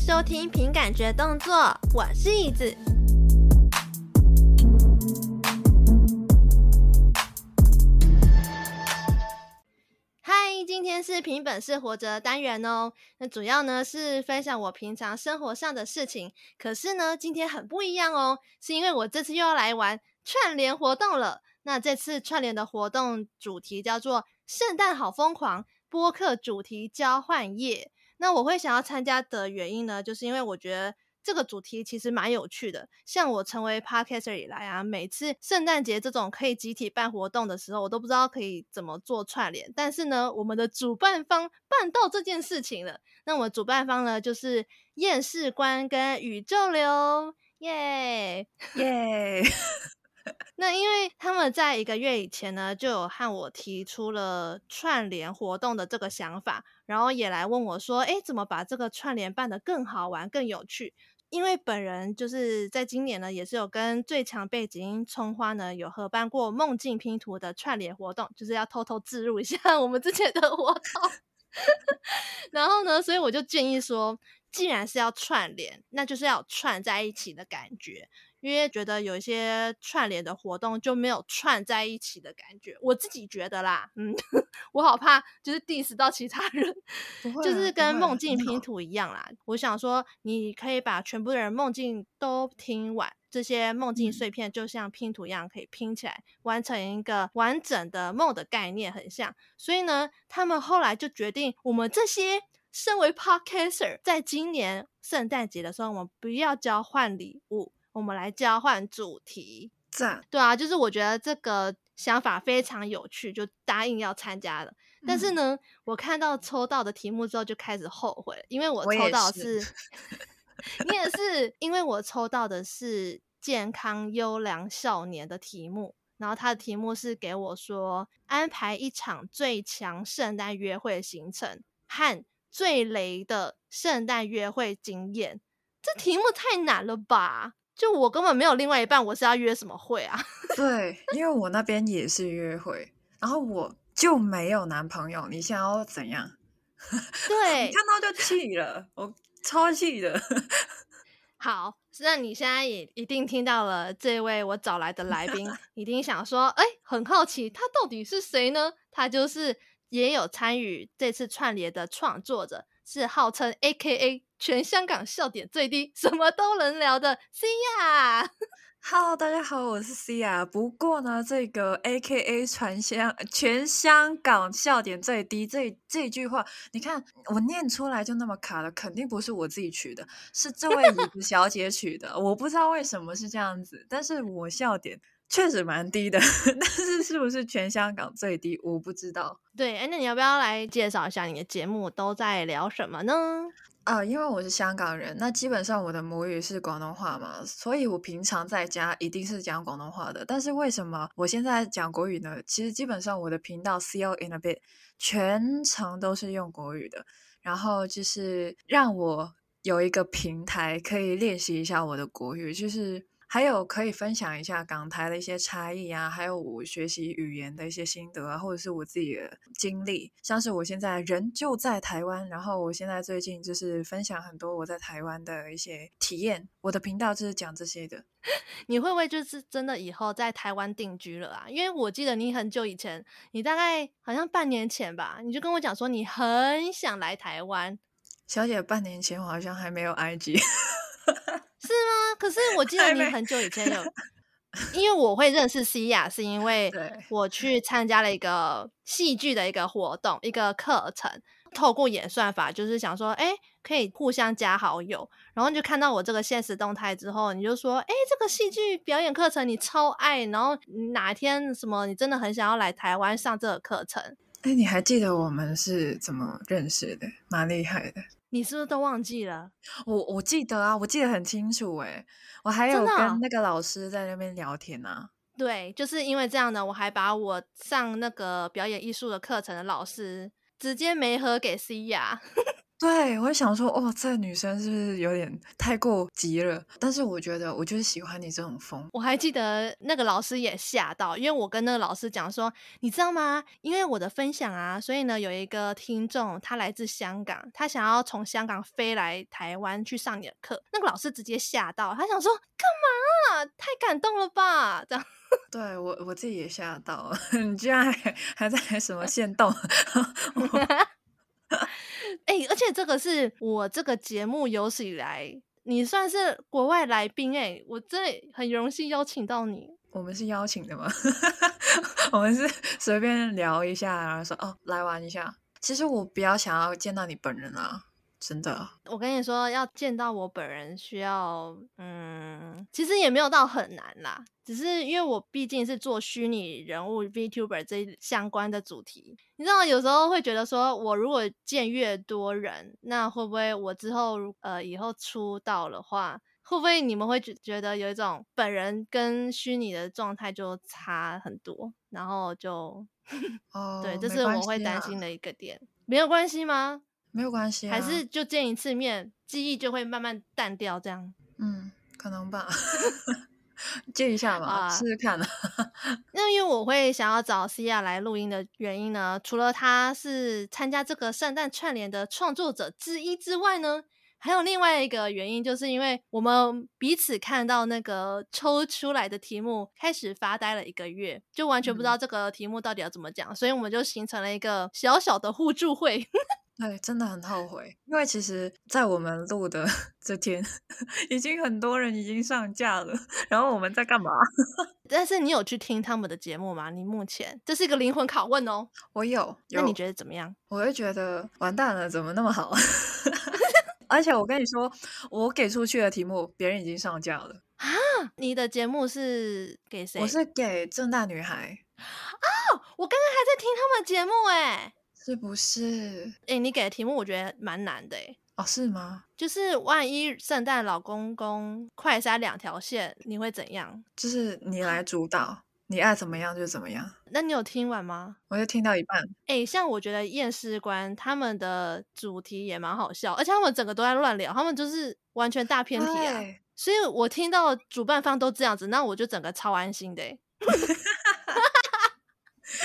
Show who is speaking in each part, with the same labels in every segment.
Speaker 1: 收听《凭感觉动作》，我是椅子。嗨，今天是凭本事活着单元哦。那主要呢是分享我平常生活上的事情，可是呢今天很不一样哦，是因为我这次又要来玩串联活动了。那这次串联的活动主题叫做“圣诞好疯狂”播客主题交换夜。那我会想要参加的原因呢，就是因为我觉得这个主题其实蛮有趣的。像我成为 podcaster 以来啊，每次圣诞节这种可以集体办活动的时候，我都不知道可以怎么做串联。但是呢，我们的主办方办到这件事情了。那我们主办方呢，就是验视官跟宇宙流，耶、
Speaker 2: 耶、
Speaker 1: 那因为他们在一个月以前呢，就有和我提出了串联活动的这个想法，然后也来问我说，诶，怎么把这个串联办得更好玩、更有趣？因为本人就是在今年呢，也是有跟最强背景音葱花呢有合办过梦境拼图的串联活动，就是要偷偷置入一下我们之前的活动。 然后呢，所以我就建议说，既然是要串联，那就是要有串在一起的感觉。因为觉得有一些串联的活动就没有串在一起的感觉，我自己觉得啦，嗯，我好怕就是 diss 到其他人，
Speaker 2: 不会
Speaker 1: 就是
Speaker 2: 啊不
Speaker 1: 跟
Speaker 2: 会
Speaker 1: 梦
Speaker 2: 很
Speaker 1: 境拼
Speaker 2: 好
Speaker 1: 图一样啦。我想说，你可以把全部的人梦境都听完，这些梦境
Speaker 2: 嗯
Speaker 1: 碎片就像拼图一样，可以拼起来，完成一个完整的梦的概念，很像。所以呢，他们后来就决定，我们这些身为 podcaster，在今年圣诞节的时候，我们不要交换礼物，我们来交换主题。
Speaker 2: 赞，
Speaker 1: 对啊，就是我觉得这个想法非常有趣，就答应要参加了。但是
Speaker 2: 嗯
Speaker 1: 呢，我看到抽到的题目之后就开始后悔了，因为我
Speaker 2: 我
Speaker 1: 抽
Speaker 2: 也
Speaker 1: 到的是，
Speaker 2: 是
Speaker 1: 你也是，因为我抽到的是健康优良少年的题目，然后它的题目是给我说安排一场最强圣诞约会行程和最雷的圣诞约会经验。这题目太难了吧？就我根本没有另外一半，我是要约什么会啊？
Speaker 2: 对，因为我那边也是约会，然后我就没有男朋友，你想要怎样？
Speaker 1: 对，
Speaker 2: 看到就气了，我超气的。
Speaker 1: 好，那你现在也一定听到了这位我找来的来宾，一定想说，哎、很好奇他到底是谁呢？他就是也有参与这次串联的创作者，是号称 A K A 全香港笑点最低，什么都能聊的 C 亚。
Speaker 2: Hello，大家好，我是 C 啊。不过呢，这个 A K A 传香全香港笑点最低这这句话，你看我念出来就那么卡了，肯定不是我自己取的，是这位椅子小姐取的。我不知道为什么是这样子，但是我笑点确实蛮低的， 但是是不是全香港最低，我不知道。
Speaker 1: 对，哎、那你要不要来介绍一下你的节目都在聊什么呢？
Speaker 2: 啊、因为我是香港人，那基本上我的母语是广东话嘛，所以我平常在家一定是讲广东话的。但是为什么我现在讲国语呢？其实基本上我的频道 See you in a bit 全程都是用国语的，然后就是让我有一个平台可以练习一下我的国语，就是还有可以分享一下港台的一些差异啊，还有我学习语言的一些心得啊，或者是我自己的经历。像是我现在人就在台湾，然后我现在最近就是分享很多我在台湾的一些体验。我的频道就是讲这些的。
Speaker 1: 你会不会就是真的以后在台湾定居了啊？因为我记得你很久以前，你大概好像半年前吧，你就跟我讲说你很想来台湾，
Speaker 2: 小姐，半年前我好像还没有 IG，
Speaker 1: 是吗？可是我记得
Speaker 2: 还
Speaker 1: 你
Speaker 2: 没
Speaker 1: 很久以前 有，因为我会认识西亚，是因为
Speaker 2: 对
Speaker 1: 我去参加了一个戏剧的一个活动，一个课程，透过演算法，就是想说，哎、可以互相加好友。然后你就看到我这个现实动态之后，你就说，哎、这个戏剧表演课程你超爱，然后你哪天什么你真的很想要来台湾上这个课程，
Speaker 2: 哎，你还记得我们是怎么认识的？蛮厉害的。
Speaker 1: 你是不是都忘记了？
Speaker 2: 我我记得啊，我记得很清楚哎，我还
Speaker 1: 真
Speaker 2: 有
Speaker 1: 的啊
Speaker 2: 跟那个老师在那边聊天啊。
Speaker 1: 对，就是因为这样呢，我还把我上那个表演艺术的课程的老师直接没合给 C 雅，
Speaker 2: 对，我就想说，哦，这女生是不是有点太过急了？但是我觉得我就是喜欢你这种风，
Speaker 1: 我还记得那个老师也吓到，因为我跟那个老师讲说，你知道吗？因为我的分享啊，所以呢，有一个听众他来自香港，他想要从香港飞来台湾去上你的课。那个老师直接吓到，他想说干嘛？太感动了吧？这样
Speaker 2: 对我我自己也吓到了， 你居然还还在什么线动？
Speaker 1: 哎、而且这个是我这个节目有史以来，你算是国外来宾哎、我真的很荣幸邀请到你。
Speaker 2: 我们是邀请的吗？ 我们是随便聊一下，然后说哦，来玩一下。其实我比较想要见到你本人啊，真的。
Speaker 1: 我跟你说，要见到我本人需要，嗯，其实也没有到很难啦，只是因为我毕竟是做虚拟人物 VTuber 这一相关的主题，你知道，有时候会觉得说，我如果见越多人，那会不会我之后如呃以后出道的话，会不会你们会觉觉得有一种本人跟虚拟的状态就差很多，然后就
Speaker 2: 哦，
Speaker 1: 对，这
Speaker 2: 没
Speaker 1: 是
Speaker 2: 关
Speaker 1: 我会
Speaker 2: 系
Speaker 1: 担
Speaker 2: 啊
Speaker 1: 心，的一个点，没有关系吗？
Speaker 2: 没有关系、啊，
Speaker 1: 还是就见一次面，记忆就会慢慢淡掉这样。
Speaker 2: 嗯，可能吧， 借一下嘛，
Speaker 1: 啊
Speaker 2: 试试看啊。
Speaker 1: 那因为我会想要找西亚来录音的原因呢，除了他是参加这个圣诞串联的创作者之一之外呢，还有另外一个原因，就是因为我们彼此看到那个抽出来的题目，开始发呆了一个月，就完全不知
Speaker 2: 嗯
Speaker 1: 道这个题目到底要怎么讲，所以我们就形成了一个小小的互助会。
Speaker 2: 对，真的很后悔，因为其实，在我们录的 这天，已经很多人已经上架了，然后我们在干嘛？
Speaker 1: 但是你有去听他们的节目吗？你目前这是一个灵魂拷问哦，
Speaker 2: 我有，
Speaker 1: 那
Speaker 2: 有
Speaker 1: 你觉得怎么样？
Speaker 2: 我会觉得完蛋了，怎么那么好？ 而且我跟你说，我给出去的题目，别人已经上架了。
Speaker 1: 你的节目是给谁？
Speaker 2: 我是给正大女孩，
Speaker 1: 我刚刚还在听他们节目哎、
Speaker 2: 是不是？
Speaker 1: 哎、你给的题目我觉得蛮难的哎、
Speaker 2: 哦，是吗？
Speaker 1: 就是万一圣诞老公公快杀两条线，你会怎样？
Speaker 2: 就是你
Speaker 1: 啊
Speaker 2: 来主导，你爱怎么样就怎么样。
Speaker 1: 那你有听完吗？
Speaker 2: 我就听到一半，
Speaker 1: 哎、像我觉得验尸官他们的主题也蛮好笑，而且他们整个都在乱聊，他们就是完全大偏题啊。
Speaker 2: 对
Speaker 1: 所以我听到主办方都这样子，那我就整个超安心的、欸。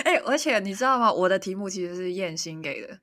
Speaker 2: 哎、而且你知道吗？我的题目其实是燕心给的。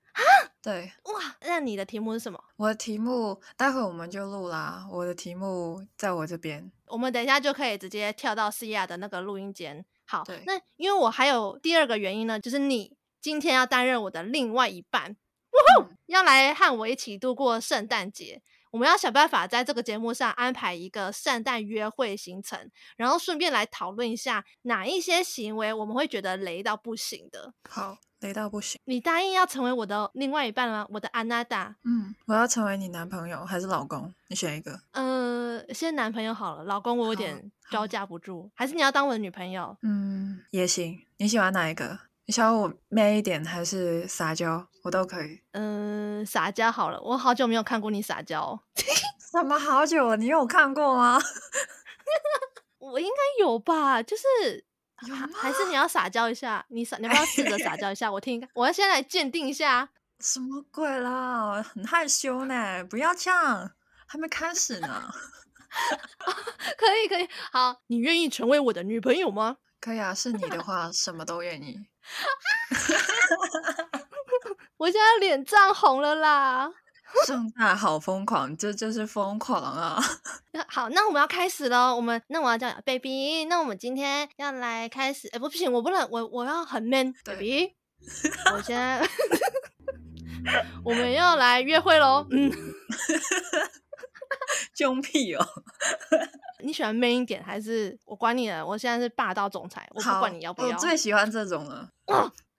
Speaker 2: 对，
Speaker 1: 哇，那你的题目是什么？
Speaker 2: 我的题目待会我们就录啦。我的题目在我这边。
Speaker 1: 我们等一下就可以直接跳到西亚的那个录音间。好
Speaker 2: 对，
Speaker 1: 那因为我还有第二个原因呢，就是你今天要担任我的另外一半，呜呼，
Speaker 2: 嗯
Speaker 1: 要来和我一起度过圣诞节。我们要想办法在这个节目上安排一个圣诞约会行程，然后顺便来讨论一下哪一些行为我们会觉得雷到不行的。
Speaker 2: 好，雷到不行。
Speaker 1: 你答应要成为我的另外一半吗？我的安娜达，
Speaker 2: 嗯，我要成为你男朋友还是老公？你选一个。
Speaker 1: 呃，先男朋友好了，老公我有
Speaker 2: 好
Speaker 1: 点
Speaker 2: 好
Speaker 1: 招架不住，还是你要当我的女朋友？
Speaker 2: 嗯，也行。你喜欢哪一个？你喜欢我 man 一点还是撒娇？我都可以。
Speaker 1: 嗯，撒娇好了，我好久没有看过你撒娇哦，
Speaker 2: 什么好久了？你有看过吗？
Speaker 1: 我应该有吧？就是
Speaker 2: 有
Speaker 1: 还
Speaker 2: 吗
Speaker 1: 还是你要撒娇一下，你撒，你要不要试着撒娇 一下？我听，我要先来鉴定一下。
Speaker 2: 什么鬼啦？很害羞呢，不要这样，还没开始呢。
Speaker 1: 可以，可以，好，你愿意成为我的女朋友吗？
Speaker 2: 可以啊，是你的话，什么都愿意。
Speaker 1: 我现在脸涨红了啦。
Speaker 2: 盛大好疯狂，这就是疯狂啊！
Speaker 1: 那好，那我们要开始喽。我们那我要叫你 baby，那我们今天要来开始。哎，不行，我不能，我我要很 man
Speaker 2: 对
Speaker 1: baby。我现在 我们要来约会喽。嗯，
Speaker 2: 凶屁哦！
Speaker 1: 你喜欢 man 一点，还是我管你了？我现在是霸道总裁，我不
Speaker 2: 好
Speaker 1: 管你要不要
Speaker 2: 我。最喜欢这种了。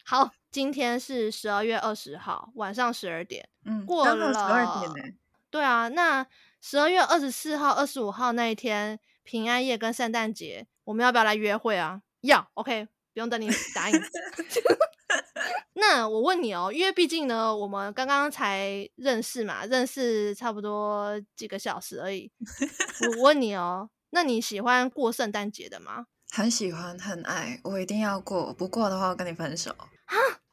Speaker 1: 好，今天是十二月二十号晚上十二点。
Speaker 2: 嗯，
Speaker 1: 过
Speaker 2: 刚好十二
Speaker 1: 了
Speaker 2: 点呢。
Speaker 1: 对啊，那十二月二十四号、二十五号那一天，平安夜跟圣诞节，我们要不要来约会啊？要，OK，不用等 你答应。 那我问你哦，因为毕竟呢，我们刚刚才认识嘛，认识差不多几个小时而已。我问你哦，那你喜欢过圣诞节的吗？
Speaker 2: 很喜欢，很爱，我一定要过。不过的话，我跟你分手。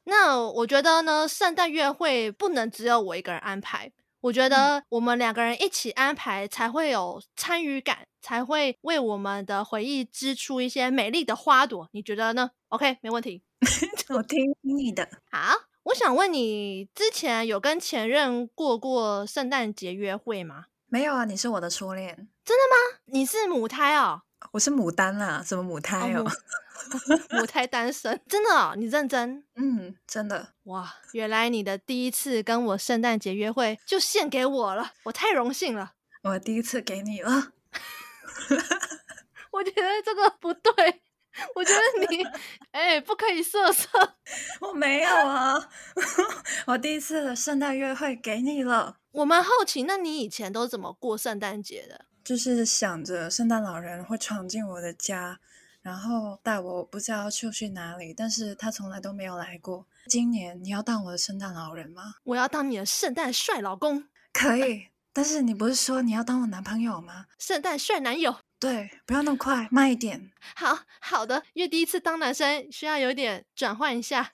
Speaker 1: 那我觉得呢，圣诞约会不能只有我一个人安排。我觉得我们两个人一起安排才会有参与感，才会为我们的回忆织出一些美丽的花朵。你觉得呢？OK，没问题。
Speaker 3: 我听你的。
Speaker 1: 好，我想问你，之前有跟前任过过圣诞节约会吗？
Speaker 2: 没有啊，你是我的初恋，
Speaker 1: 你是母胎哦，
Speaker 2: 我是牡丹啦，什么母 胎哦？
Speaker 1: 哦母母胎单身，真的哦，你认真。
Speaker 2: 嗯，真的，
Speaker 1: 哇，原来你的第一次跟我圣诞节约会就献给我了，我太荣幸了。
Speaker 2: 我第一次给你了。
Speaker 1: 我觉得这个不对，我觉得你哎、不可以色色。
Speaker 2: 我没有啊， 我第一次的圣诞约会给你了，
Speaker 1: 我蛮好奇，那你以前都怎么过圣诞节的？
Speaker 2: 就是想着圣诞老人会闯进我的家，然后带我不知道去去哪里，但是他从来都没有来过。今年你要当我的圣诞老人吗？
Speaker 1: 我要当你的圣诞帅老公、
Speaker 2: 可以，但是你不是说你要当我男朋友吗？
Speaker 1: 圣诞帅男友。
Speaker 2: 对，不要那么快，慢一点。
Speaker 1: 好好的，因为第一次当男生需要有点转换一下。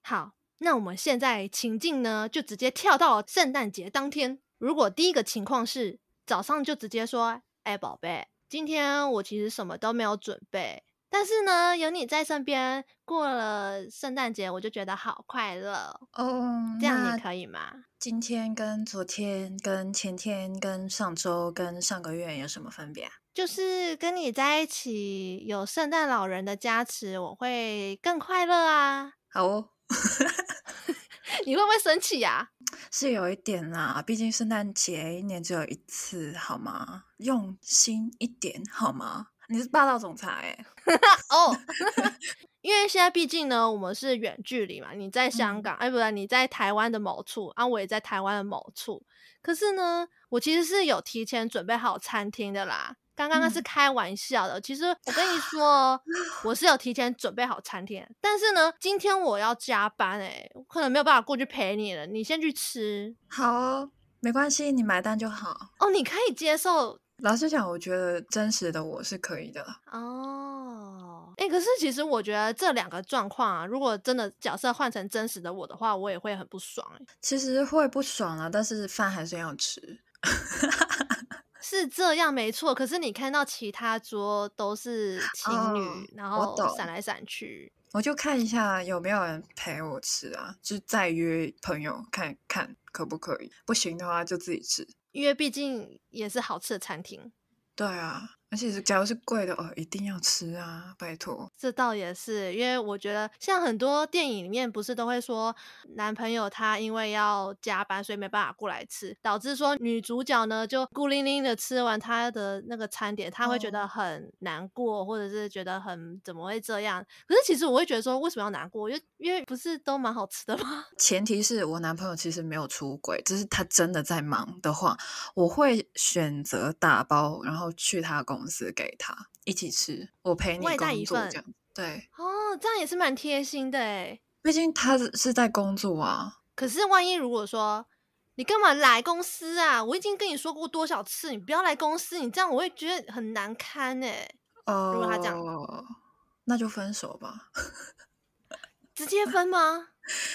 Speaker 1: 好，那我们现在情境呢，就直接跳到圣诞节当天。如果第一个情况是早上就直接说：“哎，宝贝，今天我其实什么都没有准备，但是呢，有你在身边，过了圣诞节我就觉得好快乐。
Speaker 2: 哦”
Speaker 1: 这样你可以吗？
Speaker 2: 今天跟昨天、跟前天、跟上周、跟上个月有什么分别啊？
Speaker 1: 就是跟你在一起，有圣诞老人的加持，我会更快乐啊！
Speaker 2: 好哦，
Speaker 1: 你会不会生气呀、
Speaker 2: 是有一点啦，毕竟圣诞节一年只有一次，好吗？用心一点好吗？你是霸道总裁欸、
Speaker 1: 哦， 因为现在毕竟呢，我们是远距离嘛，你在香港，哎、不对，你在台湾的某处，啊，我也在台湾的某处。可是呢，我其实是有提前准备好餐厅的啦。刚刚那是
Speaker 2: 嗯
Speaker 1: 开玩笑的，其实我跟你说，我是有提前准备好餐厅的，但是呢，今天我要加班哎、我可能没有办法过去陪你了，你先去吃
Speaker 2: 好哦，没关系，你买单就好。
Speaker 1: 哦，你可以接受
Speaker 2: 老实讲，我觉得真实的我是可以的啦。
Speaker 1: 哦，哎、可是其实我觉得这两个状况啊，如果真的假设换成真实的我的话，我也会很不爽、欸。
Speaker 2: 其实会不爽啊，但是饭还是要吃。
Speaker 1: 是这样没错，可是你看到其他桌都是情侣，
Speaker 2: 哦
Speaker 1: 然
Speaker 2: 我
Speaker 1: 后
Speaker 2: 懂
Speaker 1: 闪来闪去，
Speaker 2: 我就看一下有没有人陪我吃啊，就再约朋友看看可不可以。不行的话就自己吃。
Speaker 1: 因为毕竟也是好吃的餐厅，
Speaker 2: 对啊，而且是假如是贵的哦，一定要吃啊，拜托。
Speaker 1: 这倒也是，因为我觉得像很多电影里面不是都会说，男朋友他因为要加班，所以没办法过来吃，导致说女主角呢就孤零零的吃完她的那个餐点，她会觉
Speaker 2: 哦
Speaker 1: 得很难过，或者是觉得很怎么会这样？可是其实我会觉得说，为什么要难过？因为因为不是都蛮好吃的吗？
Speaker 2: 前提是我男朋友其实没有出轨，只是他真的在忙的话，我会选择打包，然后去他公司给他一起吃，我陪你
Speaker 1: 外带
Speaker 2: 工
Speaker 1: 一
Speaker 2: 作
Speaker 1: 份
Speaker 2: 这样。对，
Speaker 1: 哦，这样也是蛮贴心的诶。
Speaker 2: 毕竟他是是在工作啊。
Speaker 1: 可是万一如果说你干嘛来公司啊？我已经跟你说过多少次，你不要来公司，你这样我会觉得很难堪欸诶。
Speaker 2: 哦，
Speaker 1: 果他这样
Speaker 2: 那就分手吧。
Speaker 1: 直接分 吗？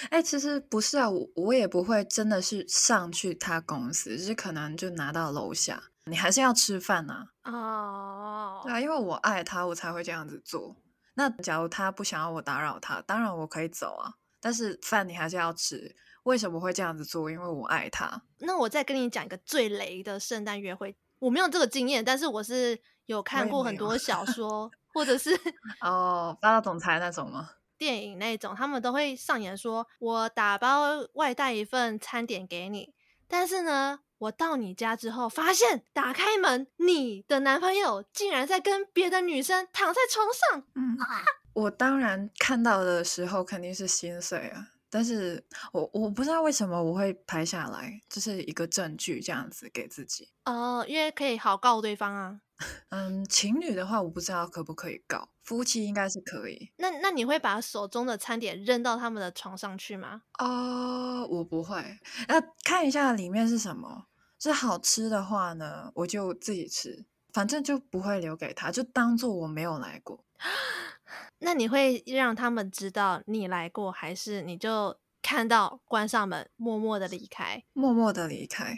Speaker 2: 哎、其实不是啊，我我也不会真的是上去他公司，只是可能就拿到楼下，你还是要吃饭呐、
Speaker 1: 哦
Speaker 2: 对，啊，因为我爱他，我才会这样子做。那假如他不想要我打扰他，当然我可以走啊，但是饭你还是要吃。为什么会这样子做？因为我爱他。
Speaker 1: 那我再跟你讲一个最雷的圣诞约会，我没有这个经验，但是我是有看
Speaker 2: 也
Speaker 1: 过
Speaker 2: 没
Speaker 1: 很
Speaker 2: 有
Speaker 1: 多 小说或者是
Speaker 2: 哦，霸道总裁那种吗？
Speaker 1: 电影那种，他们都会上演说，我打包外带一份餐点给你，但是呢，我到你家之后发现，打开门，你的男朋友竟然在跟别的女生躺在床上，
Speaker 2: 嗯， 我当然看到的时候肯定是心碎啊，但是我我不知道为什么我会拍下来，就是一个证据这样子给自己。
Speaker 1: 呃，因为可以好告对方啊。
Speaker 2: 嗯，情侣的话我不知道可不可以告，夫妻应该是可以。
Speaker 1: 那那你会把手中的餐点扔到他们的床上去吗？
Speaker 2: 哦，我不会。那看一下里面是什么，是好吃的话呢，我就自己吃，反正就不会留给他，就当做我没有来过。
Speaker 1: 那你会让他们知道你来过，还是你就看到关上门，默默的离开？
Speaker 2: 默默的离开。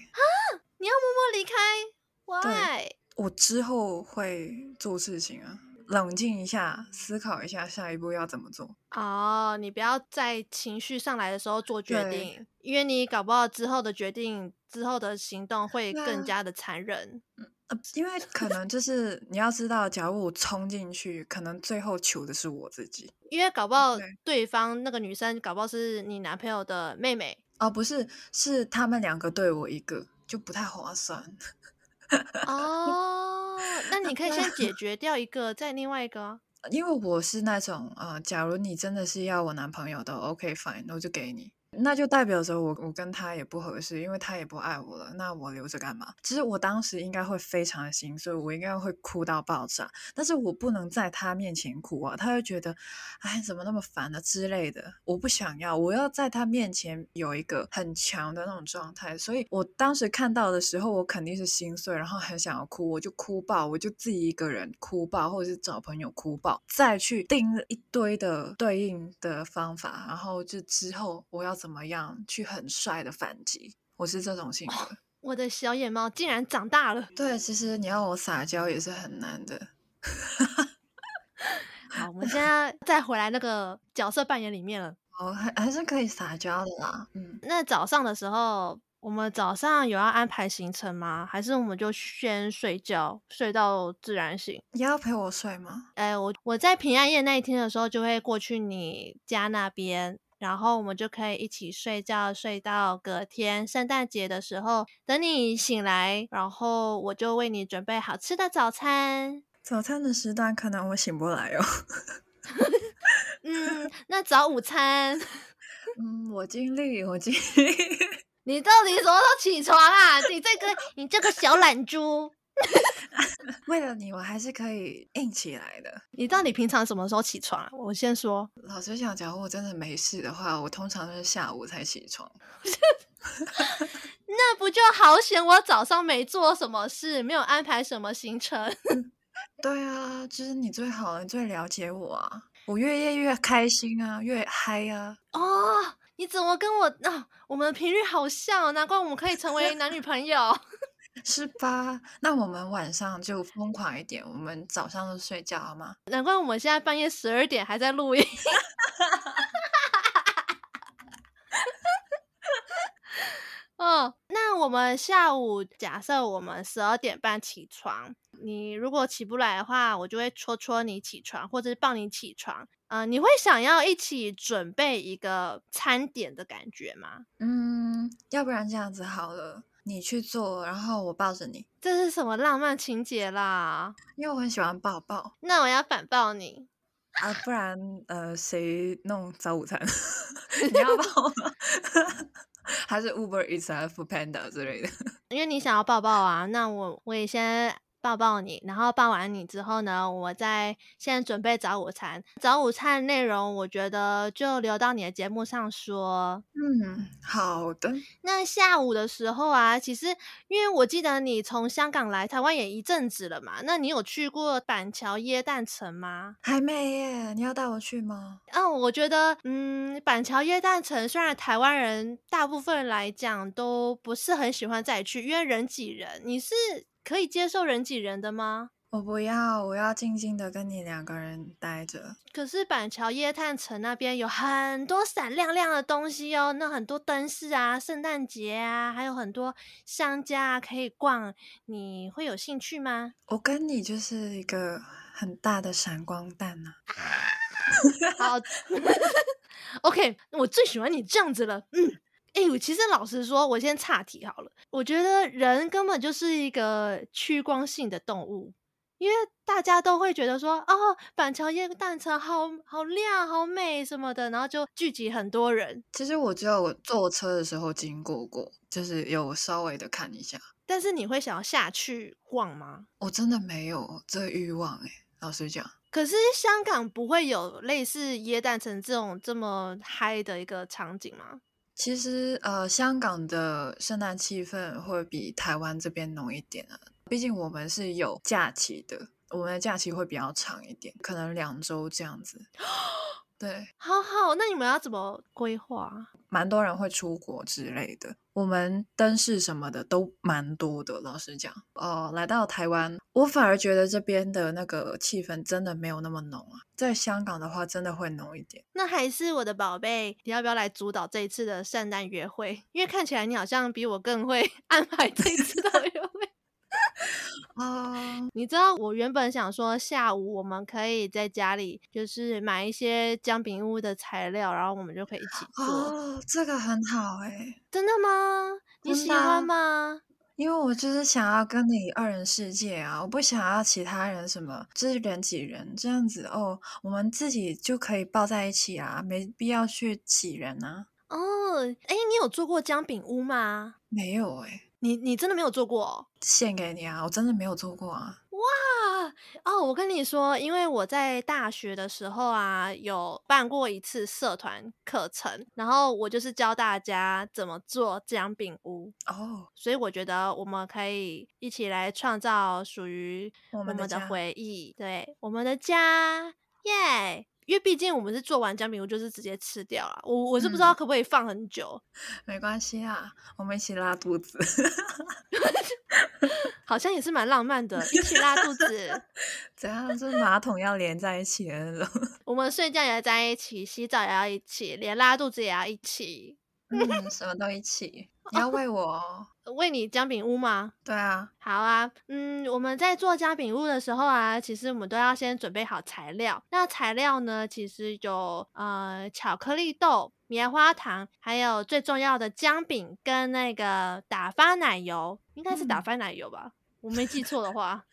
Speaker 1: 你要默默离开
Speaker 2: 对
Speaker 1: ？Why？
Speaker 2: 我之后会做事情啊，冷静一下，思考一下下一步要怎么做。
Speaker 1: 哦，你不要在情绪上来的时候做决
Speaker 2: 对
Speaker 1: 定，因为你搞不好之后的决定、之后的行动会更
Speaker 2: 那
Speaker 1: 加的残忍。
Speaker 2: 呃，因为可能就是你要知道，假如我冲进去，可能最后求的是我自己。
Speaker 1: 因为搞不好
Speaker 2: 对
Speaker 1: 对方那个女生，搞不好是你男朋友的妹 妹
Speaker 2: 哦，不是，是他们两个对我一个，就不太划算。
Speaker 1: 哦。那你可以先解决掉一个，再另外一个啊。
Speaker 2: 因为我是那种，呃，假如你真的是要我男朋友的，OK fine，我就给你。那就代表着我我跟他也不合适，因为他也不爱我了，那我留着干嘛？其实我当时应该会非常的心碎，我应该会哭到爆炸，但是我不能在他面前哭啊，他会觉得，哎，怎么那么烦啊之类的，我不想要，我要在他面前有一个很强的那种状态，所以我当时看到的时候，我肯定是心碎，然后很想要哭，我就哭爆，我就自己一个人哭爆，或者是找朋友哭爆，再去定一堆的对应的方法，然后就之后我要怎么样去很帅的反击，我是这种性格。
Speaker 1: 我的小野猫竟然长大了。
Speaker 2: 对，其实你要我撒娇也是很难的。
Speaker 1: 好，我们现在再回来那个角色扮演里面了。
Speaker 2: 哦，还还是可以撒娇的啦，嗯。
Speaker 1: 那早上的时候，我们早上有要安排行程吗？还是我们就先睡觉，睡到自然醒？
Speaker 2: 你要陪我睡吗？
Speaker 1: 哎，我我在平安夜那一天的时候，就会过去你家那边，然后我们就可以一起睡觉，睡到隔天圣诞节的时候，等你醒来，然后我就为你准备好吃的早餐。
Speaker 2: 早餐的时段可能我醒不来哦。
Speaker 1: 嗯，那早午餐，
Speaker 2: 嗯，我尽力，我尽力。
Speaker 1: 你到底什么时候起床啊？你这个你这个小懒猪，
Speaker 2: 为了你，我还是可以硬起来的。
Speaker 1: 你到底平常什么时候起床啊？我先说，
Speaker 2: 老实讲，假如我真的没事的话，我通常都是下午才起床。
Speaker 1: 那不就好险？我早上没做什么事，没有安排什么行程。
Speaker 2: 对啊，就是你最好了，你最了解我啊。我越夜越开心啊，越嗨啊。
Speaker 1: 哦，你怎么跟我啊？我们的频率好像哦，难怪我们可以成为男女朋友。
Speaker 2: 是吧？那我们晚上就疯狂一点，我们早上都睡觉好吗？
Speaker 1: 难怪我们现在半夜十二点还在录音。 哦，那我们下午假设我们十二点半起床，你如果起不来的话，我就会戳戳你起床，或者是抱你起床。呃，你会想要一起准备一个餐点的感觉吗？
Speaker 2: 嗯，要不然这样子好了，你去做，然后我抱着你，
Speaker 1: 这是什么浪漫情节啦？
Speaker 2: 因为我很喜欢抱抱。
Speaker 1: 那我要反抱你。
Speaker 2: 啊，不然呃，谁弄早午餐？ 你要帮我吗？ 还是 Uber Eats 啊、Food Panda 之类的？
Speaker 1: 因为你想要抱抱啊，那我我也先抱抱你，然后抱完你之后呢，我再先准备早午餐。早午餐内容我觉得就留到你的节目上说。
Speaker 2: 嗯，好的。
Speaker 1: 那下午的时候啊，其实因为我记得你从香港来台湾也一阵子了嘛，那你有去过板桥耶诞城吗？
Speaker 2: 还没耶，你要带我去吗？
Speaker 1: 嗯，我觉得，嗯，板桥耶诞城虽然台湾人大部分来讲都不是很喜欢再去，因为人挤人。你是可以接受人挤人的吗？
Speaker 2: 我不要，我要静静的跟你两个人待着。
Speaker 1: 可是板桥夜探城那边有很多闪亮亮的东西哦，那很多灯饰啊、圣诞节啊，还有很多商家啊可以逛，你会有兴趣吗？
Speaker 2: 我跟你就是一个很大的闪光啊弹呐、
Speaker 1: 好，OK，我最喜欢你这样子了，嗯。哎、我其实老实说，我先岔题好了。我觉得人根本就是一个趋光性的动物，因为大家都会觉得说，哦，板桥夜诞城好好亮、好美什么的，然后就聚集很多人。
Speaker 2: 其实我只有我坐车的时候经过过，就是有稍微的看一下。
Speaker 1: 但是你会想要下去逛吗？
Speaker 2: 我真的没有这欲望哎，老实讲。
Speaker 1: 可是香港不会有类似耶诞城这种这么嗨的一个场景吗？
Speaker 2: 其实，呃，香港的圣诞气氛会比台湾这边浓一点啊，毕竟我们是有假期的。我们的假期会比较长一点，可能两周这样子。对，
Speaker 1: 好好，那你们要怎么规划？啊
Speaker 2: 蛮多人会出国之类的。我们灯饰什么的都蛮多的，老实讲，哦、来到台湾，我反而觉得这边的那个气氛真的没有那么浓啊。在香港的话，真的会浓一点。
Speaker 1: 那还是我的宝贝，你要不要来主导这一次的圣诞约会？因为看起来你好像比我更会 安排这一次的约会。
Speaker 2: 啊、
Speaker 1: 你知道我原本想说下午我们可以在家里就是买一些姜饼屋的材料，然后我们就可以一起做。
Speaker 2: 哦，这个很好哎、
Speaker 1: 真的吗？你
Speaker 2: 真
Speaker 1: 喜
Speaker 2: 的啊
Speaker 1: 欢吗？
Speaker 2: 因为我就是想要跟你二人世界啊，我不想要其他人什么，就是人挤人这样子哦，我们自己就可以抱在一起啊，没必要去挤人啊。
Speaker 1: 哦，哎，你有做过姜饼屋吗？
Speaker 2: 没有哎、
Speaker 1: 你你真的没有做过、哦？
Speaker 2: 献给你啊，我真的没有做过啊。
Speaker 1: 啊哦，我跟你说，因为我在大学的时候啊，有办过一次社团课程，然后我就是教大家怎么做姜饼屋，
Speaker 2: 哦，
Speaker 1: 所以我觉得我们可以一起来创造属于
Speaker 2: 我
Speaker 1: 我
Speaker 2: 们的
Speaker 1: 们的
Speaker 2: 家
Speaker 1: 回忆，对我们的家，耶！因为毕竟我们是做完姜饼屋就是直接吃掉了，我我是不知道可不可以放很久，
Speaker 2: 没关系啊，我们一起拉肚子。
Speaker 1: 好像也是蛮浪漫的，一起拉肚子。
Speaker 2: 怎样？就是马桶要连在一起的那种。
Speaker 1: 我们睡觉也要在一起，洗澡也要一起，连拉肚子也要一起。
Speaker 2: 嗯，什么都一起。你要喂我哦。
Speaker 1: 呃为你姜饼屋吗？
Speaker 2: 对啊，
Speaker 1: 好啊，嗯，我们在做姜饼屋的时候啊，其实我们都要先准备好材料。那材料呢，其实有呃巧克力豆、棉花糖，还有最重要的姜饼跟那个打发奶油，应该是打
Speaker 2: 嗯
Speaker 1: 发奶油吧？我没记错的话。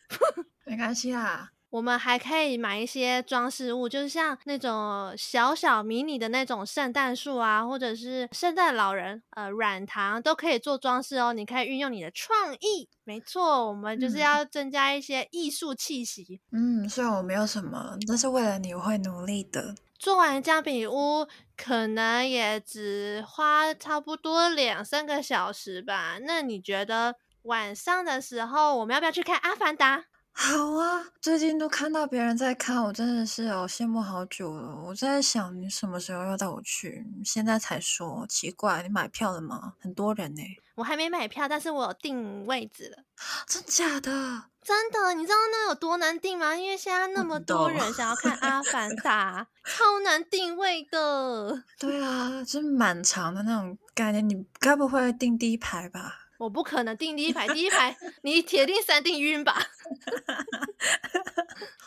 Speaker 2: 没关系啦。
Speaker 1: 我们还可以买一些装饰物，就是像那种小小迷你的那种圣诞树啊，或者是圣诞老人、呃软糖都可以做装饰哦。你可以运用你的创意，没错，我们就是
Speaker 2: 嗯
Speaker 1: 要增加一些艺术气息。
Speaker 2: 嗯，虽然我没有什么，但是为了你我会努力的。
Speaker 1: 做完姜饼屋，可能也只花差不多两三个小时吧。那你觉得晚上的时候，我们要不要去看《阿凡达》？
Speaker 2: 好啊，最近都看到别人在看，我真的是哦羡慕好久了。我在想你什么时候要带我去？现在才说，奇怪，你买票了吗？很多人呢、
Speaker 1: 我还没买票，但是我有订位置了。
Speaker 2: 真假的？
Speaker 1: 真的，你知道那有多难定吗？因为现在那
Speaker 2: 我
Speaker 1: 么
Speaker 2: 知
Speaker 1: 多
Speaker 2: 道
Speaker 1: 人想要看《阿凡达》，超难定位的。
Speaker 2: 对啊，就是蛮长的那种概念。你该不会订第一排吧？
Speaker 1: 我不可能定第一排，第一排你铁定三定晕吧？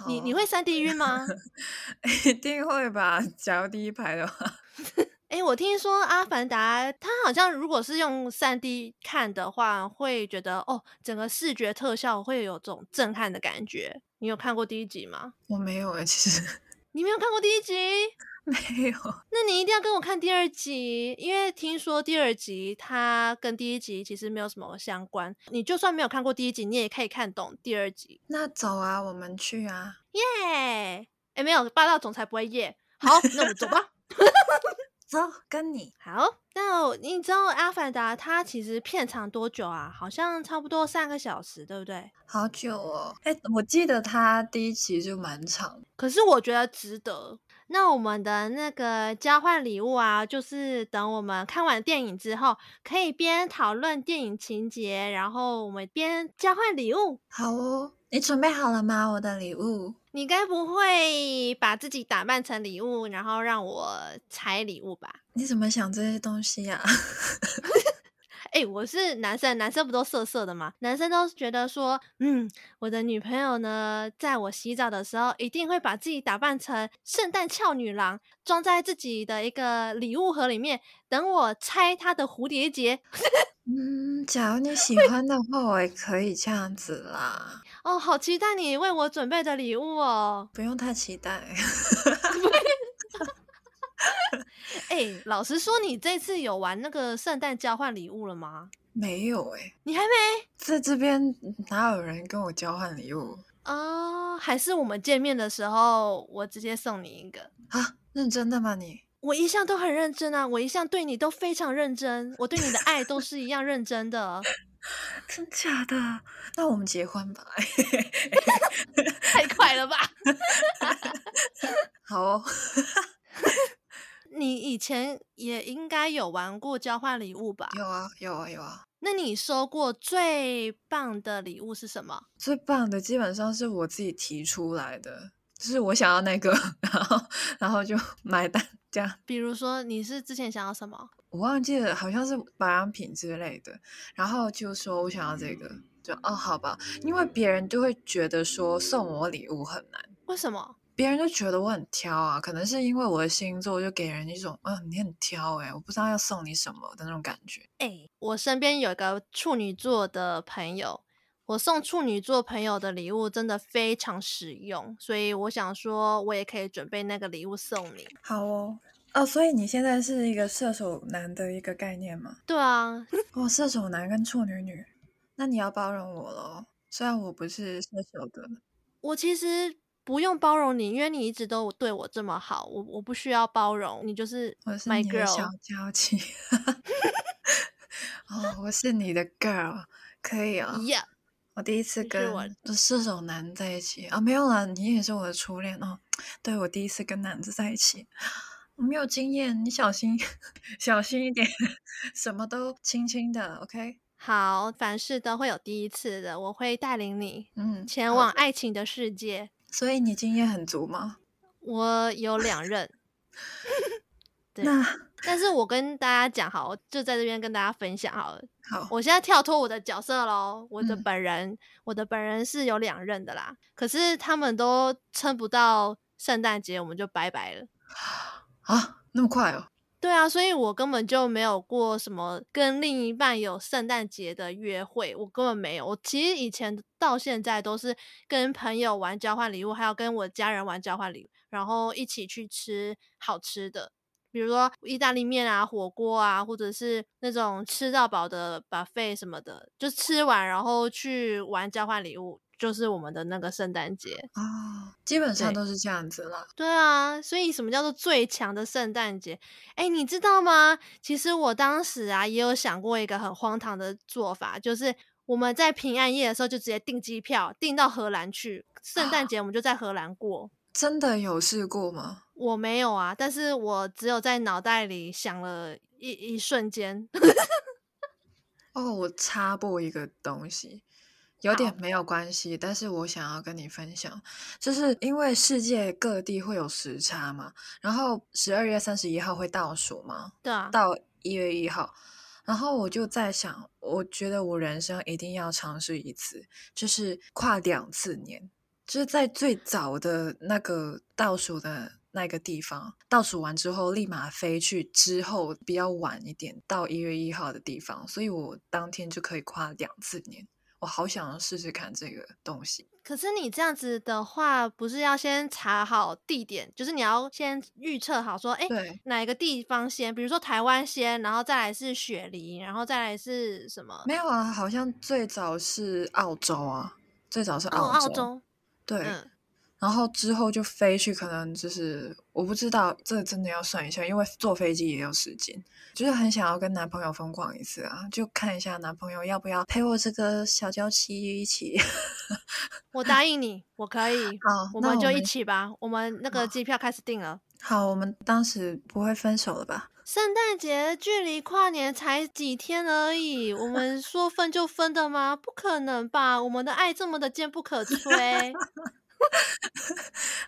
Speaker 1: 你你
Speaker 2: 好
Speaker 1: 会三定晕
Speaker 2: 哦
Speaker 1: 吗？
Speaker 2: 一定会吧？假如第一排的话，
Speaker 1: 诶，我听说《阿凡达》它好像如果是用三 D 看的话，会觉得哦，整个视觉特效会有种震撼的感觉。你有看过第一集吗？
Speaker 2: 我没有哎、其实
Speaker 1: 你没有看过第一集？
Speaker 2: 没有。
Speaker 1: 那你一定要跟我看第二集，因为听说第二集它跟第一集其实没有什么相关。你就算没有看过第一集，你也可以看懂第二集。
Speaker 2: 那走啊，我们去啊！
Speaker 1: 耶、哎，没有霸道总裁不会耶。好，那我们走吧。
Speaker 2: 走，跟你。
Speaker 1: 好，那我你知道《阿凡达》它其实片长多久啊？好像差不多三个小时，对不对？
Speaker 2: 好久哦，哎，我记得他第一集就蛮长的，
Speaker 1: 可是我觉得值得。那我们的那个交换礼物啊，就是等我们看完电影之后，可以边讨论电影情节，然后我们边交换礼物。
Speaker 2: 好哦。你准备好了吗？我的礼物
Speaker 1: 你该不会把自己打扮成礼物，然后让我拆礼物吧？
Speaker 2: 你怎么想这些东西呀、
Speaker 1: 诶，我是男生，男生不都色色的吗？男生都觉得说，嗯，我的女朋友呢，在我洗澡的时候，一定会把自己打扮成圣诞俏女郎，装在自己的一个礼物盒里面，等我拆她的蝴蝶结。
Speaker 2: 嗯，假如你喜欢的话，我也可以这样子啦，
Speaker 1: 哦，好期待你为我准备的礼物哦！
Speaker 2: 不用太期待。
Speaker 1: 诶，老实说，你这次有玩那个圣诞交换礼物了吗？
Speaker 2: 没有哎、
Speaker 1: 你还没？
Speaker 2: 在这边哪有人跟我交换礼物
Speaker 1: 哦，还是我们见面的时候，我直接送你一个。
Speaker 2: 啊？认真的吗你？
Speaker 1: 我一向都很认真啊，我一向对你都非常认真，我对你的爱都是一样认真的。
Speaker 2: 真假的？那我们结婚吧。
Speaker 1: 太快了吧！
Speaker 2: 好哦，
Speaker 1: 你以前也应该有玩过交换礼物吧？
Speaker 2: 有啊，有啊，有啊。
Speaker 1: 那你收过最棒的礼物是什么？
Speaker 2: 最棒的基本上是我自己提出来的，就是我想要那个， 然后然后就 买单这样。
Speaker 1: 比如说你是之前想要什么？
Speaker 2: 我忘记了，好像是保养品之类的。然后就说我想要这个，就哦好吧，因为别人就会觉得说送我礼物很难，
Speaker 1: 为什么？
Speaker 2: 别人就觉得我很挑啊，可能是因为我的星座就给人一种嗯你很挑诶、我不知道要送你什么的那种感觉。
Speaker 1: 哎、我身边有一个处女座的朋友，我送处女座朋友的礼物真的非常实用，所以我想说，我也可以准备那个礼物送你。
Speaker 2: 好哦，哦，所以你现在是一个射手男的一个概念吗？
Speaker 1: 对啊，
Speaker 2: 哦，射手男跟处女女，那你要包容我喽。虽然我不是射手的，
Speaker 1: 我其实不用包容你，因为你一直都对我这么好，我我不需要包容你，就是
Speaker 2: 我是
Speaker 1: my
Speaker 2: 你的小
Speaker 1: girl。
Speaker 2: 娇妻。 哦，我是你的 girl，可以啊、哦。
Speaker 1: Yeah，
Speaker 2: 我第一次
Speaker 1: 你是我
Speaker 2: 跟射手男在一起啊，没有啦，你也是我的初恋哦。对，我第一次跟男的在一起，我没有经验，你小心， 小心一点，什么都轻轻的，OK？
Speaker 1: 好，凡事都会有第一次的，我会带领你
Speaker 2: 嗯，
Speaker 1: 前
Speaker 2: 好
Speaker 1: 往
Speaker 2: 的。
Speaker 1: 爱情的世界。
Speaker 2: 所以你经验很足吗？
Speaker 1: 我有两 任，对
Speaker 2: 那
Speaker 1: 但是我跟大家讲好，就在这边跟大家分享好了。
Speaker 2: 好，
Speaker 1: 我现在跳脱我的角色喽，我的
Speaker 2: 嗯
Speaker 1: 本人，我的本人是有两任的啦，可是他们都撑不到圣诞节，我们就拜拜了。
Speaker 2: 啊，那么快哦？
Speaker 1: 对啊，所以我根本就没有过什么跟另一半有圣诞节的约会，我根本没有。我其实以前到现在都是跟朋友玩交换礼物，还有跟我家人玩交换礼物，然后一起去吃好吃的，比如说意大利面啊、火锅啊，或者是那种吃到饱的 buffet 什么的，就吃完然后去玩交换礼物，就是我们的那个圣诞节。
Speaker 2: 啊，基本上
Speaker 1: 对
Speaker 2: 都是这样子啦。
Speaker 1: 对啊，所以什么叫做最强的圣诞节？哎，你知道吗？其实我当时啊也有想过一个很荒唐的做法，就是我们在平安夜的时候就直接订机票，订到荷兰去，圣诞节我们就在荷兰过。
Speaker 2: 真的有试过吗？
Speaker 1: 我没有啊，但是我只有在脑袋里想了一一瞬间，
Speaker 2: 哦，我插播一个东西，有
Speaker 1: 好
Speaker 2: 点没有关系，但是我想要跟你分享，就是因为世界各地会有时差嘛，然后十二月三十一号会倒数嘛，
Speaker 1: 对啊，
Speaker 2: 到一月一号，然后我就在想，我觉得我人生一定要尝试一次，就是跨两次年，就是在最早的那个倒数的那个地方，倒数完之后立马飞去之后比较晚一点到一月一号的地方，所以我当天就可以跨两次年。我好想试试看这个东西。
Speaker 1: 可是你这样子的话，不是要先查好地点，就是你要先预测好说，哎、
Speaker 2: 对
Speaker 1: 哪一个地方先？比如说台湾先，然后再来是雪梨，然后再来是什么？
Speaker 2: 没有啊，好像最早是澳洲啊，最早是
Speaker 1: 哦，
Speaker 2: 澳洲。
Speaker 1: 澳洲。
Speaker 2: 对，
Speaker 1: 嗯，
Speaker 2: 然后之后就飞去，可能就是我不知道，这个真的要算一下，因为坐飞机也有时间，就是很想要跟男朋友疯狂一次啊，就看一下男朋友要不要陪我这个小娇妻一起。
Speaker 1: 我答应你，我可以。
Speaker 2: 好，
Speaker 1: 我
Speaker 2: 那
Speaker 1: 们
Speaker 2: 我
Speaker 1: 就一
Speaker 2: 们
Speaker 1: 起吧。我们那个机票开始订了。
Speaker 2: 好，我们当时不会分手了吧？
Speaker 1: 圣诞节距离跨年才几天而已，我们说分就分的吗？不可能吧！我们的爱这么的坚不可 摧。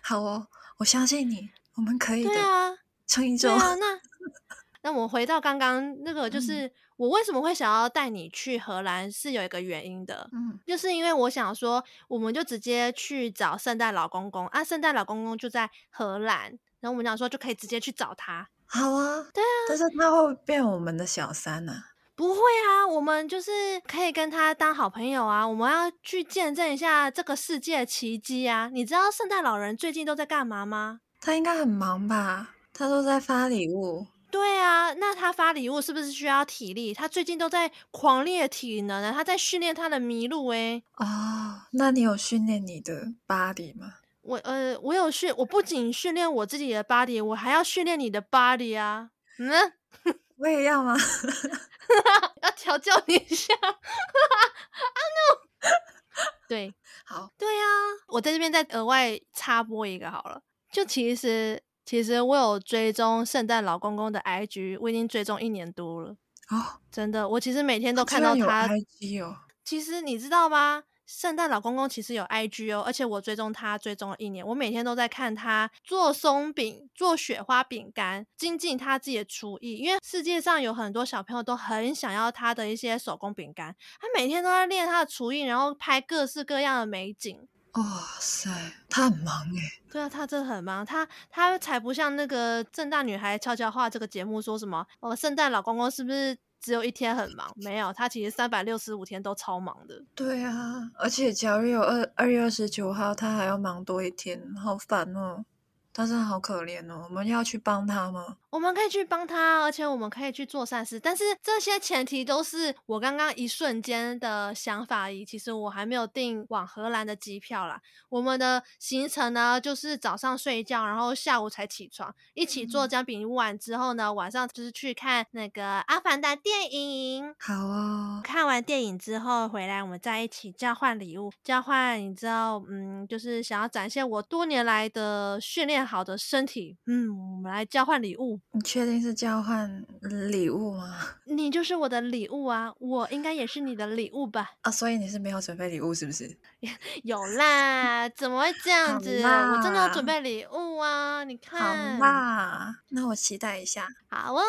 Speaker 2: 好哦，我相信你，我们可以的，
Speaker 1: 对啊，
Speaker 2: 撑一周。
Speaker 1: 对啊，那 那我回到刚刚那个，就
Speaker 2: 嗯
Speaker 1: 是、我为什么会想要带你去荷兰，是有一个原因的。
Speaker 2: 嗯，
Speaker 1: 就是因为我想说，我们就直接去找圣诞老公公啊，圣诞老公公就在荷兰，然后我们想说就可以直接去找他。
Speaker 2: 好啊，对啊，但是他会变我们的小三呢、
Speaker 1: 不会啊，我们就是可以跟他当好朋友啊，我们要去见证一下这个世界的奇迹啊！你知道圣诞老人最近都在干嘛吗？
Speaker 2: 他应该很忙吧？他都在发礼物。
Speaker 1: 对啊，那他发礼物是不是需要体力？他最近都在狂练体能啊，他在训练他的麋鹿欸诶、
Speaker 2: 哦，那你有训练你的 body 吗？
Speaker 1: 我呃，我有训，我不仅训练我自己的 body，我还要训练你的 body 啊。嗯，
Speaker 2: 我也要吗？
Speaker 1: 要调教你一下。啊在这边再额外插播一个好了，就其实其实我有追踪圣诞老公公的 IG，我已经追踪一年多了，
Speaker 2: 哦，
Speaker 1: 真的，我其实每天都看
Speaker 2: 居然
Speaker 1: 到
Speaker 2: 啊有
Speaker 1: 他
Speaker 2: IG 哦，
Speaker 1: 其实你知道吗？圣诞老公公其实有 IG 哦，而且我追踪他追踪了一年，我每天都在看他做松饼、做雪花饼干，精进他自己的厨艺。因为世界上有很多小朋友都很想要他的一些手工饼干，他每天都在练他的厨艺，然后拍各式各样的美景。
Speaker 2: 哇塞，他很忙哎，
Speaker 1: 对啊，他真的很忙，他他才不像那个《正大女孩悄悄话》这个节目说什么，哦，圣诞老公公是不是只有一天很忙？没有，他其实三百六十五天都超忙的。
Speaker 2: 对啊，而且假如有二二月二十九号，他还要忙多一天，好烦哦，他真的好可怜哦，我们要去帮他吗？
Speaker 1: 我们可以去帮他，而且我们可以去做善事，但是这些前提都是我刚刚一瞬间的想法而已。其实我还没有订往荷兰的机票啦。我们的行程呢，就是早上睡觉，然后下午才起床，一起做姜饼碗之后呢，晚上就是去看那个《阿凡达》电影。
Speaker 2: 好哦，
Speaker 1: 看完电影之后回来，我们再一起交换礼物，交换你知道，嗯，就是想要展现我多年来的训练好的身体，嗯，我们来交换礼物。
Speaker 2: 你确定是交换礼物吗？
Speaker 1: 你就是我的礼物啊，我应该也是你的礼物吧？
Speaker 2: 啊，所以你是没有准备礼物是不是？
Speaker 1: 有啦，怎么会这样
Speaker 2: 好
Speaker 1: 子？我真的要准
Speaker 2: 啦
Speaker 1: 备礼物啊！你
Speaker 2: 好
Speaker 1: 看，
Speaker 2: 啦，嗯那我期待一下。
Speaker 1: 好哦。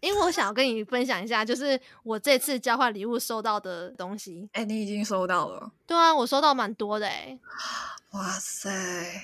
Speaker 1: 因为我想要跟你分享一下，就是我这次交换礼物收到的东西。
Speaker 2: 哎、你已经收到了，
Speaker 1: 对啊，我收到蛮多的欸诶、
Speaker 2: 哇塞！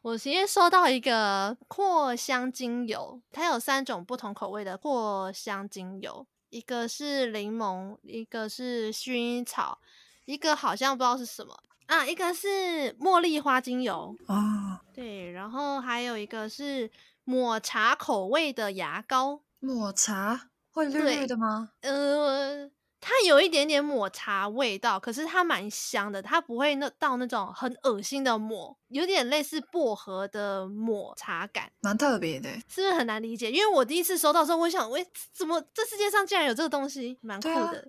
Speaker 1: 我其实收到一个扩香精油，它有三种不同口味的扩香精油，一个是柠檬，一个是薰衣草，一个好像不知道是什么啊，一个是茉莉花精油，
Speaker 2: 哦，
Speaker 1: 对，然后还有一个是抹茶口味的牙膏，
Speaker 2: 抹茶会绿绿
Speaker 1: 对
Speaker 2: 的吗？
Speaker 1: 呃，它有一点点抹茶味道，可是它蛮香的，它不会那到那种很恶心的抹，有点类似薄荷的抹茶感。
Speaker 2: 蛮特别的欸。
Speaker 1: 是不是很难理解？因为我第一次收到之后，我想，喂，怎么这世界上竟然有这个东西，蛮酷
Speaker 2: 对啊
Speaker 1: 的。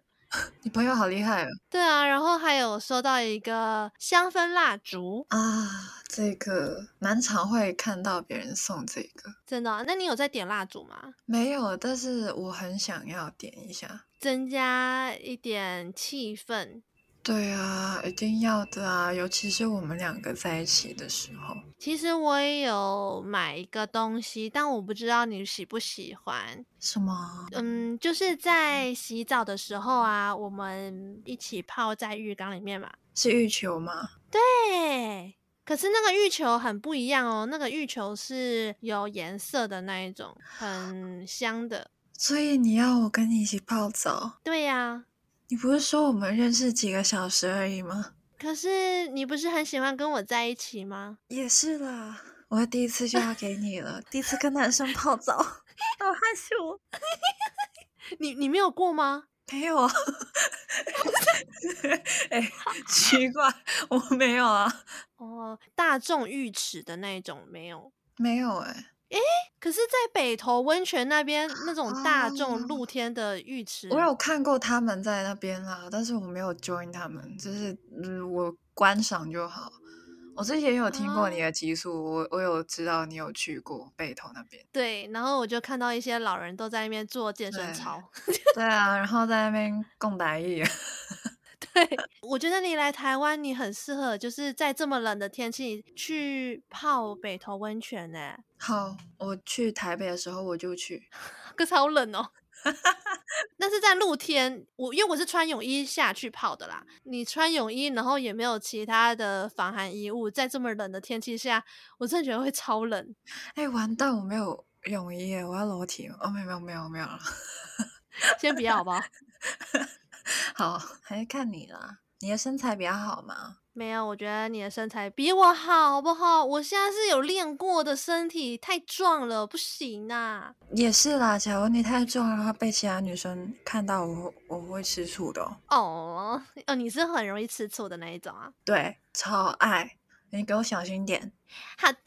Speaker 2: 你朋友好厉害哦！
Speaker 1: 对啊，然后还有收到一个香氛蜡烛，
Speaker 2: 啊，这个蛮常会看到别人送这个，
Speaker 1: 真的啊、那你有在点蜡烛吗？
Speaker 2: 没有，但是我很想要点一下。
Speaker 1: 增加一点气氛。
Speaker 2: 对啊，一定要的啊，尤其是我们两个在一起的时候。
Speaker 1: 其实我也有买一个东西，但我不知道你喜不喜欢。
Speaker 2: 什么？
Speaker 1: 嗯，就是在洗澡的时候啊，我们一起泡在浴缸里面嘛。
Speaker 2: 是浴球吗？
Speaker 1: 对，可是那个浴球很不一样哦，那个浴球是有颜色的那一种，很香的。
Speaker 2: 所以你要我跟你一起泡澡？
Speaker 1: 对呀、
Speaker 2: 你不是说我们认识几个小时而已吗？
Speaker 1: 可是你不是很喜欢跟我在一起吗？
Speaker 2: 也是啦，我第一次就要给你了，第一次跟男生泡 澡，
Speaker 3: 好害
Speaker 2: 哦
Speaker 3: 羞。
Speaker 1: 你你没有过吗？
Speaker 2: 没有啊？ 哎、奇怪，我没有啊，
Speaker 1: 哦，大众浴池的那一种没有。
Speaker 2: 没有哎、
Speaker 1: 可是，在北投温泉那边那种大众
Speaker 2: 哦
Speaker 1: 露天的浴池，
Speaker 2: 我有看过他们在那边啦，但是我没有 join 他们，就是嗯，我观赏就好。我之前有听过你的集数，我我有知道你有去过北投那边，
Speaker 1: 对，然后我就看到一些老人都在那边做健身
Speaker 2: 对
Speaker 1: 操。
Speaker 2: 对啊，然后在那边共打一。
Speaker 1: 我觉得你来台湾，你很适合，就是在这么冷的天气去泡北投温泉呢、
Speaker 2: 好，我去台北的时候我就去。
Speaker 1: 可是好冷哦。但是在露天，我因为我是穿泳衣下去泡的啦。你穿泳衣，然后也没有其他的防寒衣物，在这么冷的天气下，我真的觉得会超冷。
Speaker 2: 哎、完蛋，我没有泳衣耶，我要裸体了。哦，没有没有没有没有了。
Speaker 1: 先不要好不好？
Speaker 2: 好，还是看你啦。你的身材比较好嘛？
Speaker 1: 没有，我觉得你的身材比我好，好不好？我现在是有练过的身体，太壮了，不行啊。
Speaker 2: 也是啦，假如你太重的话，被其他女生看到我，我会吃醋的、哦。
Speaker 1: 哦 哦，你是很容易吃醋的那一种啊。
Speaker 2: 对，超爱。你给我小心点。
Speaker 1: 好的。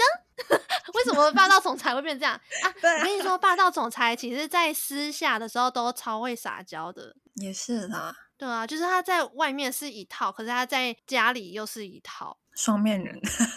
Speaker 1: 为什么霸道总裁会变这样啊？
Speaker 2: 对
Speaker 1: 我跟你说，霸道总裁其实在私下的时候都超会撒娇的。
Speaker 2: 也是啦，
Speaker 1: 对啊，就是他在外面是一套，可是他在家里又是一套。
Speaker 2: 双面人。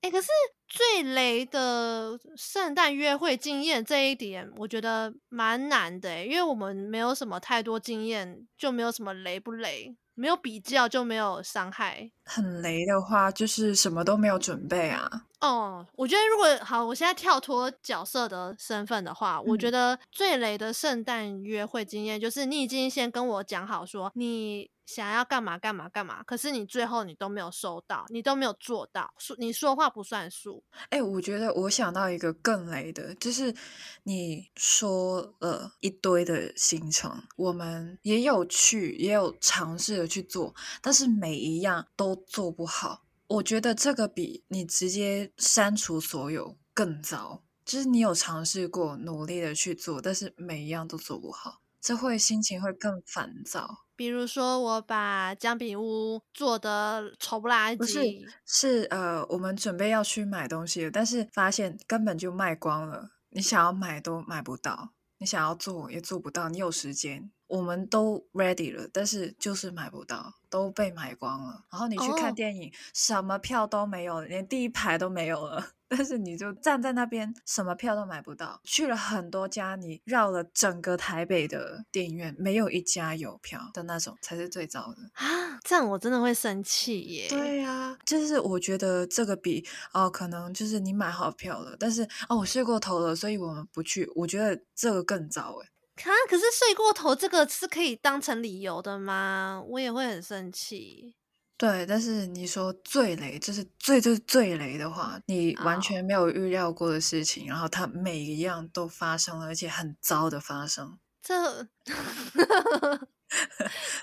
Speaker 1: 哎、可是最雷的圣诞约会经验这一点，我觉得蛮难的、欸，因为我们没有什么太多经验，就没有什么雷不雷，没有比较就没有伤害。
Speaker 2: 很雷的话，就是什么都没有准备啊。
Speaker 1: 哦，我觉得如果好，我现在跳脱角色的身份的话，我
Speaker 2: 嗯
Speaker 1: 觉得最雷的圣诞约会经验就是你已经先跟我讲好说你想要干嘛干嘛干嘛，可是你最后你都没有收到，你都没有做到，说你说话不算数，
Speaker 2: 哎，我觉得我想到一个更雷的，就是你说了一堆的行程，我们也有去，也有尝试的去做，但是每一样都做不好。我觉得这个比你直接删除所有更糟，就是你有尝试过，努力的去做，但是每一样都做不好，这会心情会更烦躁。
Speaker 1: 比如说，我把姜饼屋做的丑不拉
Speaker 2: 不是
Speaker 1: 几，
Speaker 2: 是呃，我们准备要去买东西了，但是发现根本就卖光了，你想要买都买不到，你想要做也做不到，你有时间，我们都 ready 了，但是就是买不到，都被买光了。然后你去
Speaker 1: 哦
Speaker 2: 看电影，什么票都没有，连第一排都没有了。 但是你就站在那边，什么票都买不到。去了很多家，你绕了整个台北的电影院，没有一家有票的那种，才是最糟的。
Speaker 1: 啊，这样我真的会生气耶。
Speaker 2: 对呀、就是我觉得这个比哦、可能就是你买好票了，但是哦，我睡过头了，所以我们不去。我觉得这个更糟欸
Speaker 1: 啊，
Speaker 2: 诶。
Speaker 1: 可是睡过头这个是可以当成理由的吗？我也会很生气。
Speaker 2: 对，但是你说最雷，就是最最最雷的话，你完
Speaker 1: 哦
Speaker 2: 全没有预料过的事情，然后它每一样都发生了，而且很糟的发生。
Speaker 1: 这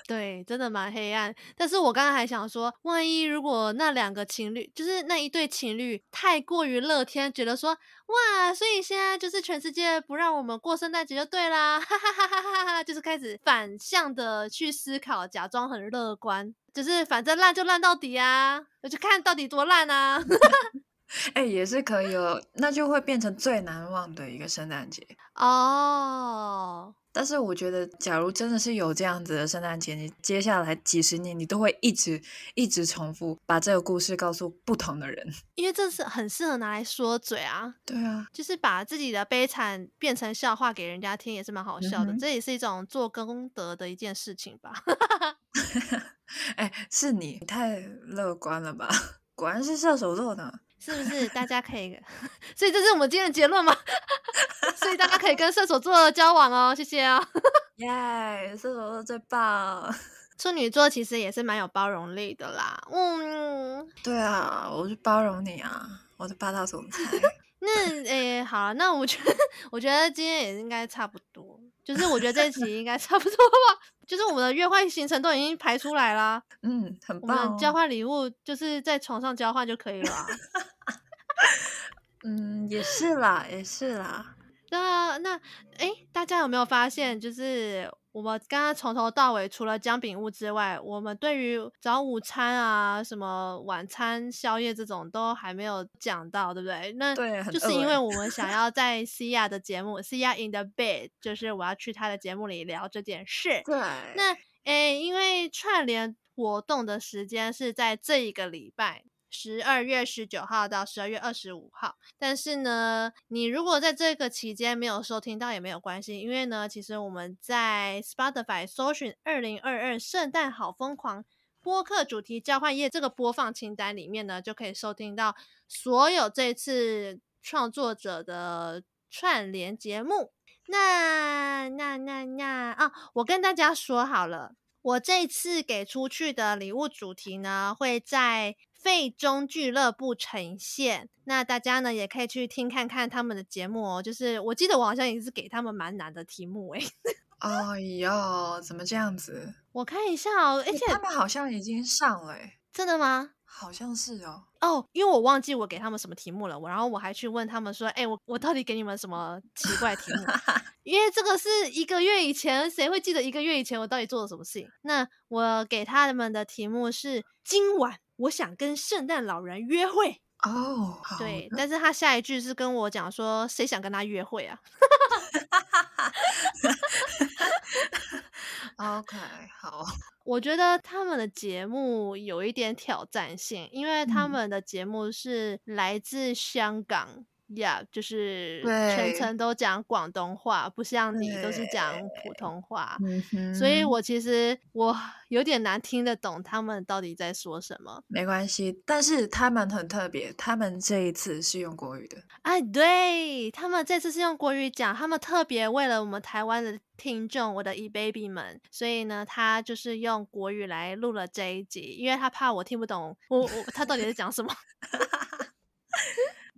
Speaker 1: 对，真的蛮黑暗。但是我刚刚还想说，万一如果那两个情侣，就是那一对情侣太过于乐天，觉得说哇，所以现在就是全世界不让我们过圣诞节就对啦，哈哈哈哈哈哈，就是开始反向的去思考，假装很乐观，就是反正烂就烂到底啊，我就看到底多烂啊。
Speaker 2: 哎，也是可以哦，那就会变成最难忘的一个圣诞节。
Speaker 1: 哦，
Speaker 2: 但是我觉得，假如真的是有这样子的圣诞节，你接下来几十年，你都会一直一直重复把这个故事告诉不同的人。
Speaker 1: 因为这是很适合拿来说嘴啊，
Speaker 2: 对啊，
Speaker 1: 就是把自己的悲惨变成笑话给人家听，也是蛮好笑的。
Speaker 2: 嗯哼
Speaker 1: 这也是一种做功德的一件事情吧。
Speaker 2: 哎，是你你太乐观了吧？ 果然是射手座呢。
Speaker 1: 是不是？大家可 以，所以这是我们今天的结论吗？ 所以大家可以跟射手座交往哦，谢谢哦。
Speaker 2: 耶、射手座最棒。
Speaker 1: 处女座其实也是蛮有包容力的啦。嗯，
Speaker 2: 对啊，我是包容你啊，我是霸道总裁。
Speaker 1: 那诶、好了，那我觉得，我觉得今天也应该差不多，就是我觉得这一集应该差不多吧， 就是我们的约会行程都已经排出来啦，
Speaker 2: 嗯，很
Speaker 1: 我们
Speaker 2: 棒、
Speaker 1: 交
Speaker 2: 哦。
Speaker 1: 换礼物就是在床上交换就可以了啊、
Speaker 2: 嗯，也是啦，也是啦。
Speaker 1: 那啊那诶、大家有没有发现，就是我们刚刚从头到尾，除了姜饼屋之外，我们对于早午餐啊、什么晚餐、宵夜这种都还没有讲到，对不对？那
Speaker 2: 对很
Speaker 1: 就是
Speaker 2: 饿
Speaker 1: 因为
Speaker 2: 欸
Speaker 1: 我们想 要在西亚的节目《西亚 in the bed》，就是我要去他的节目里聊这件事。
Speaker 2: 对，
Speaker 1: 那诶、因为串联活动的时间是在这一个礼拜，十二月十九号到十二月二十五号。但是呢，你如果在这个期间没有收听到也没有关系，因为呢，其实我们在 Spotify 搜寻“二零二二圣诞好疯狂”。播客主题交换页这个播放清单里面呢，就可以收听到所有这次创作者的串联节目。那那那那啊，我跟大家说好了，我这次给出去的礼物主题呢，会在废中俱乐部呈现。那大家呢也可以去听看看他们的节目哦。就是我记得我好像也是给他们蛮难的题目诶、
Speaker 2: 哎呦，怎么这样子？
Speaker 1: 我看一下哦，而且
Speaker 2: 他们好像已经上了、欸，
Speaker 1: 真的吗？
Speaker 2: 好像是哦。
Speaker 1: 哦，因为我忘记我给他们什么题目了，我然后我还去问他们说，哎、我我到底给你们什么奇怪题目？因为这个是一个月以前，谁会记得一个月以前我到底做了什么事情？那我给他们的题目是今晚我想跟圣诞老人约会。
Speaker 2: 哦，好
Speaker 1: 对，
Speaker 2: 的
Speaker 1: 但是他下一句是跟我讲说，谁想跟他约会啊？
Speaker 2: ，OK，好，
Speaker 1: 我觉得他们的节目有一点挑战性，因为他
Speaker 2: 嗯
Speaker 1: 们的节目是来自香港。呀就是全
Speaker 2: 对
Speaker 1: 程都讲广东话，不像你都是讲普通话，
Speaker 2: 嗯哼，
Speaker 1: 所以我其实我有点难听得懂他们到底在说什么。
Speaker 2: 没关系，但是他们很特别，他们这一次是用国语的，
Speaker 1: 哎，对他们这次是用国语讲，他们特别为了我们台湾的听众，我的 e baby 们，所以呢，他就是用国语来录了这一集，因为他怕我听不懂我我他到底在讲什么。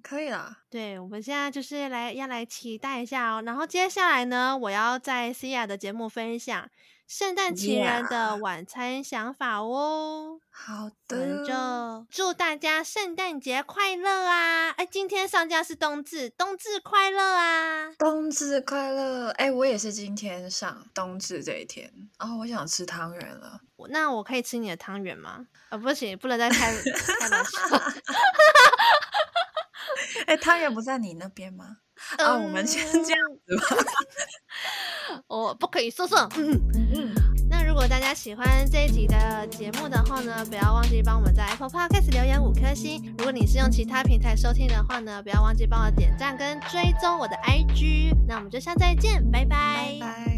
Speaker 2: 可以啦。
Speaker 1: 对，我们现在就是来要来期待一下哦。然后接下来呢，我要在 C 亚的节目分享圣诞情人的晚餐想法哦。
Speaker 2: 好
Speaker 1: 我们
Speaker 2: 的，
Speaker 1: 就祝大家圣诞节快乐啊！哎，今天上架是冬至，冬至快乐啊！
Speaker 2: 冬至快乐！哎，我也是今天上冬至这一天，然、后我想吃汤圆了。
Speaker 1: 我那我可以吃你的汤圆吗？啊，不行，不能再 开开玩笑。
Speaker 2: 哎，汤圆不在你那边吗？ 啊，我们先这样子吧。
Speaker 1: 嗯，我不可以说说。嗯
Speaker 2: 嗯，
Speaker 1: 那如果大家喜欢这一集的节目的话呢，不要忘记帮我们在 Apple Podcast 留言五颗星。如果你是用其他平台收听的话呢，不要忘记帮我点赞跟追踪我的 IG。那我们就下次再见，拜拜
Speaker 2: 拜拜。